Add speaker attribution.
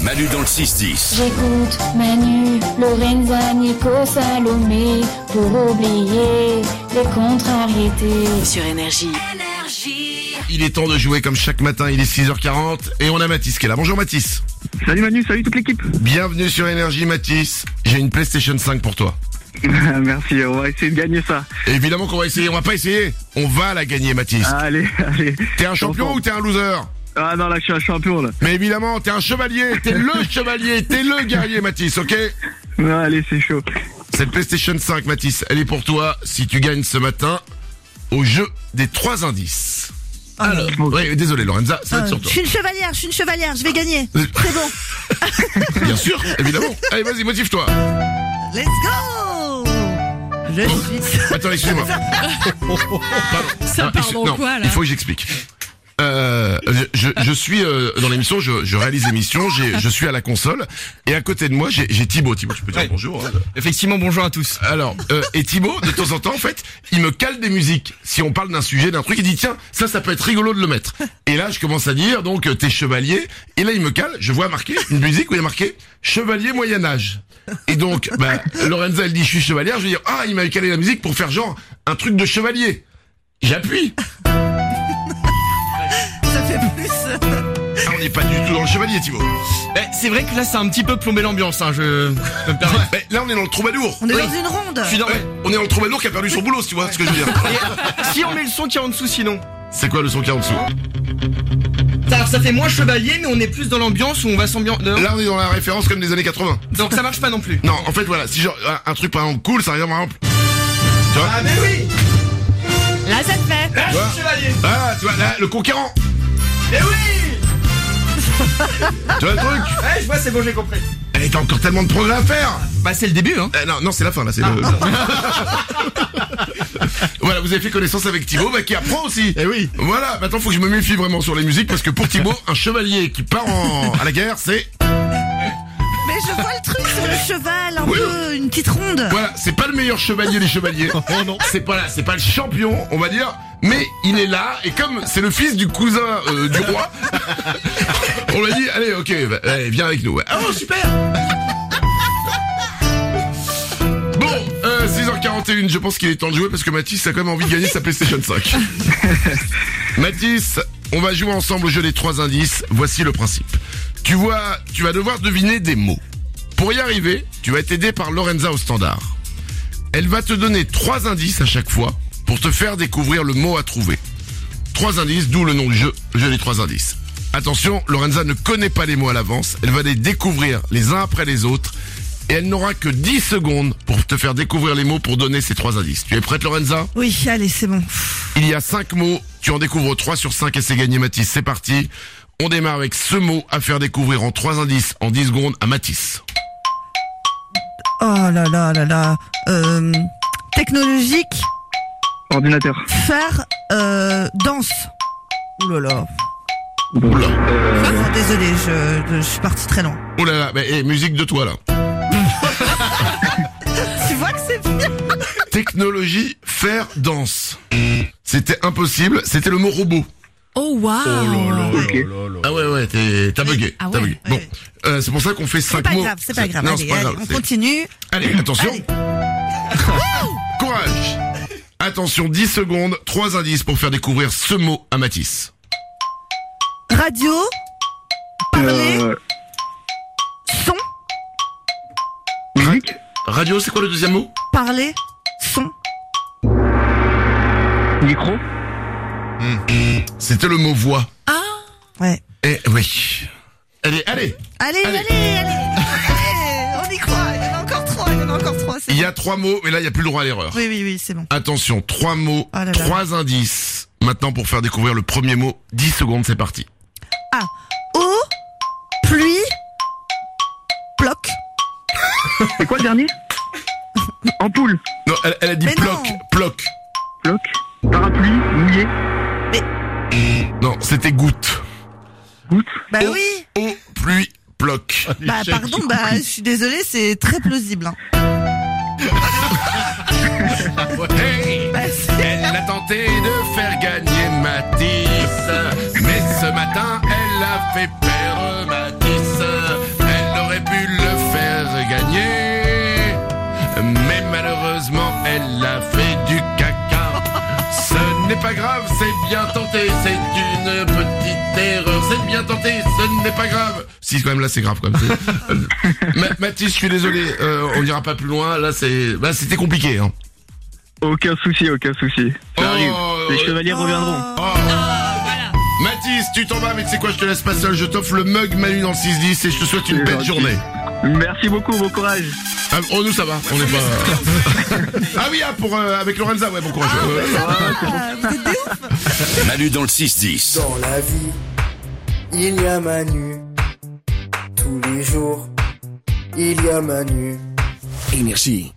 Speaker 1: Manu dans le 6-10.
Speaker 2: J'écoute Manu, Lorenza, Nico, Salomé pour oublier les contrariétés.
Speaker 3: sur énergie.
Speaker 4: Il est temps de jouer comme chaque matin, il est 6h40 et on a Mathis qui est là. Bonjour Mathis.
Speaker 5: Salut Manu, salut toute l'équipe.
Speaker 4: Bienvenue sur Énergie Mathis. J'ai une PlayStation 5 pour toi.
Speaker 5: Merci, on va essayer de gagner ça.
Speaker 4: Évidemment qu'on va essayer, on va pas essayer. On va la gagner Mathis.
Speaker 5: Allez, allez.
Speaker 4: T'es un champion
Speaker 5: J'entends.
Speaker 4: ou t'es un loser
Speaker 5: Ah non, là je suis un champion là.
Speaker 4: Mais évidemment, t'es un chevalier, t'es le chevalier, t'es le guerrier Mathis, ok
Speaker 5: Non, allez, c'est chaud.
Speaker 4: Cette PlayStation 5 Mathis, elle est pour toi si tu gagnes ce matin au jeu des trois indices. Alors,
Speaker 5: Ok.
Speaker 4: ouais, désolé Lorenza, ça va être sur
Speaker 6: Ah, Je
Speaker 4: toi.
Speaker 6: suis une chevalière, je suis une chevalière, je vais gagner. C'est bon.
Speaker 4: Bien sûr, évidemment. Allez, vas-y, motive-toi.
Speaker 6: Let's go Je suis.
Speaker 4: Attends, excuse-moi.
Speaker 7: Ça
Speaker 4: Ah,
Speaker 7: part
Speaker 4: ex-
Speaker 7: dans
Speaker 4: non,
Speaker 7: quoi, là
Speaker 4: Il Ah, faut que j'explique. Euh, je, je- je suis euh, dans l'émission, je, je réalise l'émission, j'ai- je suis à la console et à côté de moi j'ai j'ai Thibaut. Thibaut, je peux dire
Speaker 8: Ouais.
Speaker 4: bonjour. hein.
Speaker 8: Effectivement, bonjour à tous.
Speaker 4: Alors euh, et Thibaut, de temps en temps en fait, il me cale des musiques. Si on parle d'un sujet, d'un truc, il dit tiens ça, ça peut être rigolo de le mettre. Et là je commence à dire donc euh, t'es chevalier et là il me cale, je vois marqué une musique où il y a marqué chevalier Moyen Âge. Et donc bah, Lorenza elle dit je suis chevalière, je vais dire ah il m'a calé la musique pour faire genre un truc de chevalier. J'appuie.
Speaker 6: Ça fait plus.
Speaker 4: Ah, on n'est pas du tout dans le chevalier, Thibaut.
Speaker 8: Eh, c'est vrai que là, c'est un petit peu plombé l'ambiance, hein, je, je me permets.
Speaker 4: Mais là, on est dans le troubadour.
Speaker 6: On est
Speaker 8: Oui.
Speaker 6: dans une ronde.
Speaker 8: Je suis dans...
Speaker 4: Ouais, on est dans le troubadour qui a perdu son boulot, si tu vois ce que je veux dire.
Speaker 8: Si on met le son qui est en dessous, sinon.
Speaker 4: C'est quoi le son qui est en dessous
Speaker 8: Alors, ça fait moins chevalier, mais on est plus dans l'ambiance où on va s'ambiancer.
Speaker 4: Là, on est dans la référence comme des années 80.
Speaker 8: Donc, ça marche pas non plus.
Speaker 4: Non, en fait, voilà, si genre un- un truc par exemple cool, ça revient par exemple. Tu vois
Speaker 8: Ah, mais oui
Speaker 7: Là, ça te fait.
Speaker 8: Là, je suis chevalier
Speaker 4: Ah, tu vois, là, le conquérant.
Speaker 8: Eh oui
Speaker 4: Tu vois le truc
Speaker 8: Ouais, je vois, c'est bon, j'ai compris.
Speaker 4: Eh, t'as encore tellement de progrès à faire.
Speaker 8: Bah, c'est le début, hein.
Speaker 4: Eh, non, non, c'est la fin, là, c'est le. voilà, vous avez fait connaissance avec Thibaut, bah, qui apprend aussi.
Speaker 8: Eh oui
Speaker 4: Voilà, maintenant, faut que je me méfie vraiment sur les musiques, parce que pour Thibaut, un chevalier qui part en... à la guerre, c'est.
Speaker 6: Mais je vois le truc sur le cheval, un
Speaker 4: Oui.
Speaker 6: peu une petite ronde.
Speaker 4: Voilà, c'est pas le meilleur chevalier des chevaliers. C'est pas là, c'est pas le champion, on va dire. Mais il est là et comme c'est le fils du cousin euh, du roi, on lui a dit allez, ok, bah, allez, viens avec nous. Ah, Oh super. Bon, euh, 6h41, je pense qu'il est temps de jouer parce que Mathis a quand même envie de gagner sa PlayStation 5. Mathis, on va jouer ensemble au jeu des trois indices. Voici le principe. Tu vois, tu vas devoir deviner des mots. Pour y arriver, tu vas être aidé par Lorenza au standard. Elle va te donner trois indices à chaque fois pour te faire découvrir le mot à trouver. Trois indices, d'où le nom du jeu, le jeu des trois indices. Attention, Lorenza ne connaît pas les mots à l'avance, elle va les découvrir les uns après les autres et elle n'aura que 10 secondes pour te faire découvrir les mots pour donner ces trois indices. Tu es prête Lorenza
Speaker 6: Oui, allez, c'est bon.
Speaker 4: il y a cinq mots, tu en découvres trois sur cinq et c'est gagné Mathis. C'est parti. On démarre avec ce mot à faire découvrir en trois indices en 10 secondes à Mathis.
Speaker 6: Oh là là là là. Euh, technologique,
Speaker 5: Ordinateur.
Speaker 6: faire euh, danse. Ouh là là.
Speaker 4: Oula.
Speaker 6: Ah, désolé, je, je suis partie très loin.
Speaker 4: Oula là, mais, eh, musique de toi là.
Speaker 6: Tu vois que c'est bien.
Speaker 4: Technologie, faire, danse. C'était impossible, c'était le mot robot.
Speaker 7: Oh, waouh.
Speaker 5: Ok.
Speaker 4: Ah ouais ouais, t'es- t'as bugué,
Speaker 7: Ah
Speaker 4: t'as
Speaker 7: ouais,
Speaker 4: bugué.
Speaker 6: ouais,
Speaker 4: Bon,
Speaker 6: ouais.
Speaker 4: Euh, c'est pour ça qu'on fait
Speaker 6: C'est
Speaker 4: cinq
Speaker 6: pas
Speaker 4: mots.
Speaker 6: grave, c'est pas grave.
Speaker 4: Non,
Speaker 6: allez,
Speaker 4: c'est pas
Speaker 6: allez,
Speaker 4: grave.
Speaker 6: on
Speaker 4: c'est-
Speaker 6: continue.
Speaker 4: Allez, attention.
Speaker 6: Allez.
Speaker 4: Courage. Attention, 10 secondes, trois indices pour faire découvrir ce mot à Mathis.
Speaker 6: Radio, parler,
Speaker 5: Euh,
Speaker 6: son,
Speaker 5: musique
Speaker 4: Radio, c'est quoi le deuxième mot
Speaker 6: parler, son.
Speaker 5: Micro
Speaker 4: C'était le mot voix.
Speaker 6: Ouais.
Speaker 4: Eh oui. Allez, allez.
Speaker 6: Allez, allez, allez, allez, On y croit, il y en a encore trois, il y en a encore trois. c'est
Speaker 4: Il y
Speaker 6: bon.
Speaker 4: a trois mots, mais là, il n'y a plus le droit à l'erreur.
Speaker 6: Oui, oui, oui, c'est bon.
Speaker 4: Attention, trois mots,
Speaker 6: Ah là là.
Speaker 4: trois indices. Maintenant, pour faire découvrir le premier mot, 10 secondes, c'est parti.
Speaker 6: Eau, pluie, bloc.
Speaker 5: C'est quoi le dernier Ampoule.
Speaker 4: Non, elle, elle a dit
Speaker 6: Mais
Speaker 4: ploc,
Speaker 6: non.
Speaker 4: ploc.
Speaker 5: Bloc. Parapluie. Mouillé.
Speaker 4: Non, c'était goutte.
Speaker 5: Goutte.
Speaker 6: Bah
Speaker 4: Oh.
Speaker 6: oui,
Speaker 4: Eau, pluie, ploc.
Speaker 6: bah pardon, bah je suis désolée, c'est très plausible. hein.
Speaker 4: Hey
Speaker 6: Bah, c'est-
Speaker 4: elle a tenté de faire gagner Matisse, mais ce matin, elle a fait perdre Matisse. pas grave, c'est bien tenté, c'est une petite erreur, c'est bien tenté, ce n'est pas grave. Si, quand même, là, c'est grave, quand même. c'est- Euh, Ma- Mathis, je suis désolé, euh, on n'ira pas plus loin, là, c'est, bah, c'était compliqué, hein.
Speaker 5: Aucun souci, aucun souci.
Speaker 4: Oh,
Speaker 5: Ça arrive. Les
Speaker 4: ouais.
Speaker 5: chevaliers reviendront.
Speaker 4: Oh. Mathis, tu t'en vas, mais tu sais quoi, je te laisse pas seul, je t'offre le mug Manu dans le 6-10 et je te souhaite une
Speaker 5: C'est
Speaker 4: belle
Speaker 5: gentil.
Speaker 4: journée.
Speaker 5: Merci beaucoup, bon courage.
Speaker 4: Ah, oh, nous, ça va, on n'est pas... ah oui, ah, pour, euh, avec Lorenza, ouais, bon courage. Euh,
Speaker 1: Manu dans le 6-10.
Speaker 3: Dans la vie, il y a Manu. Tous les jours, il y a Manu.
Speaker 1: Énergie.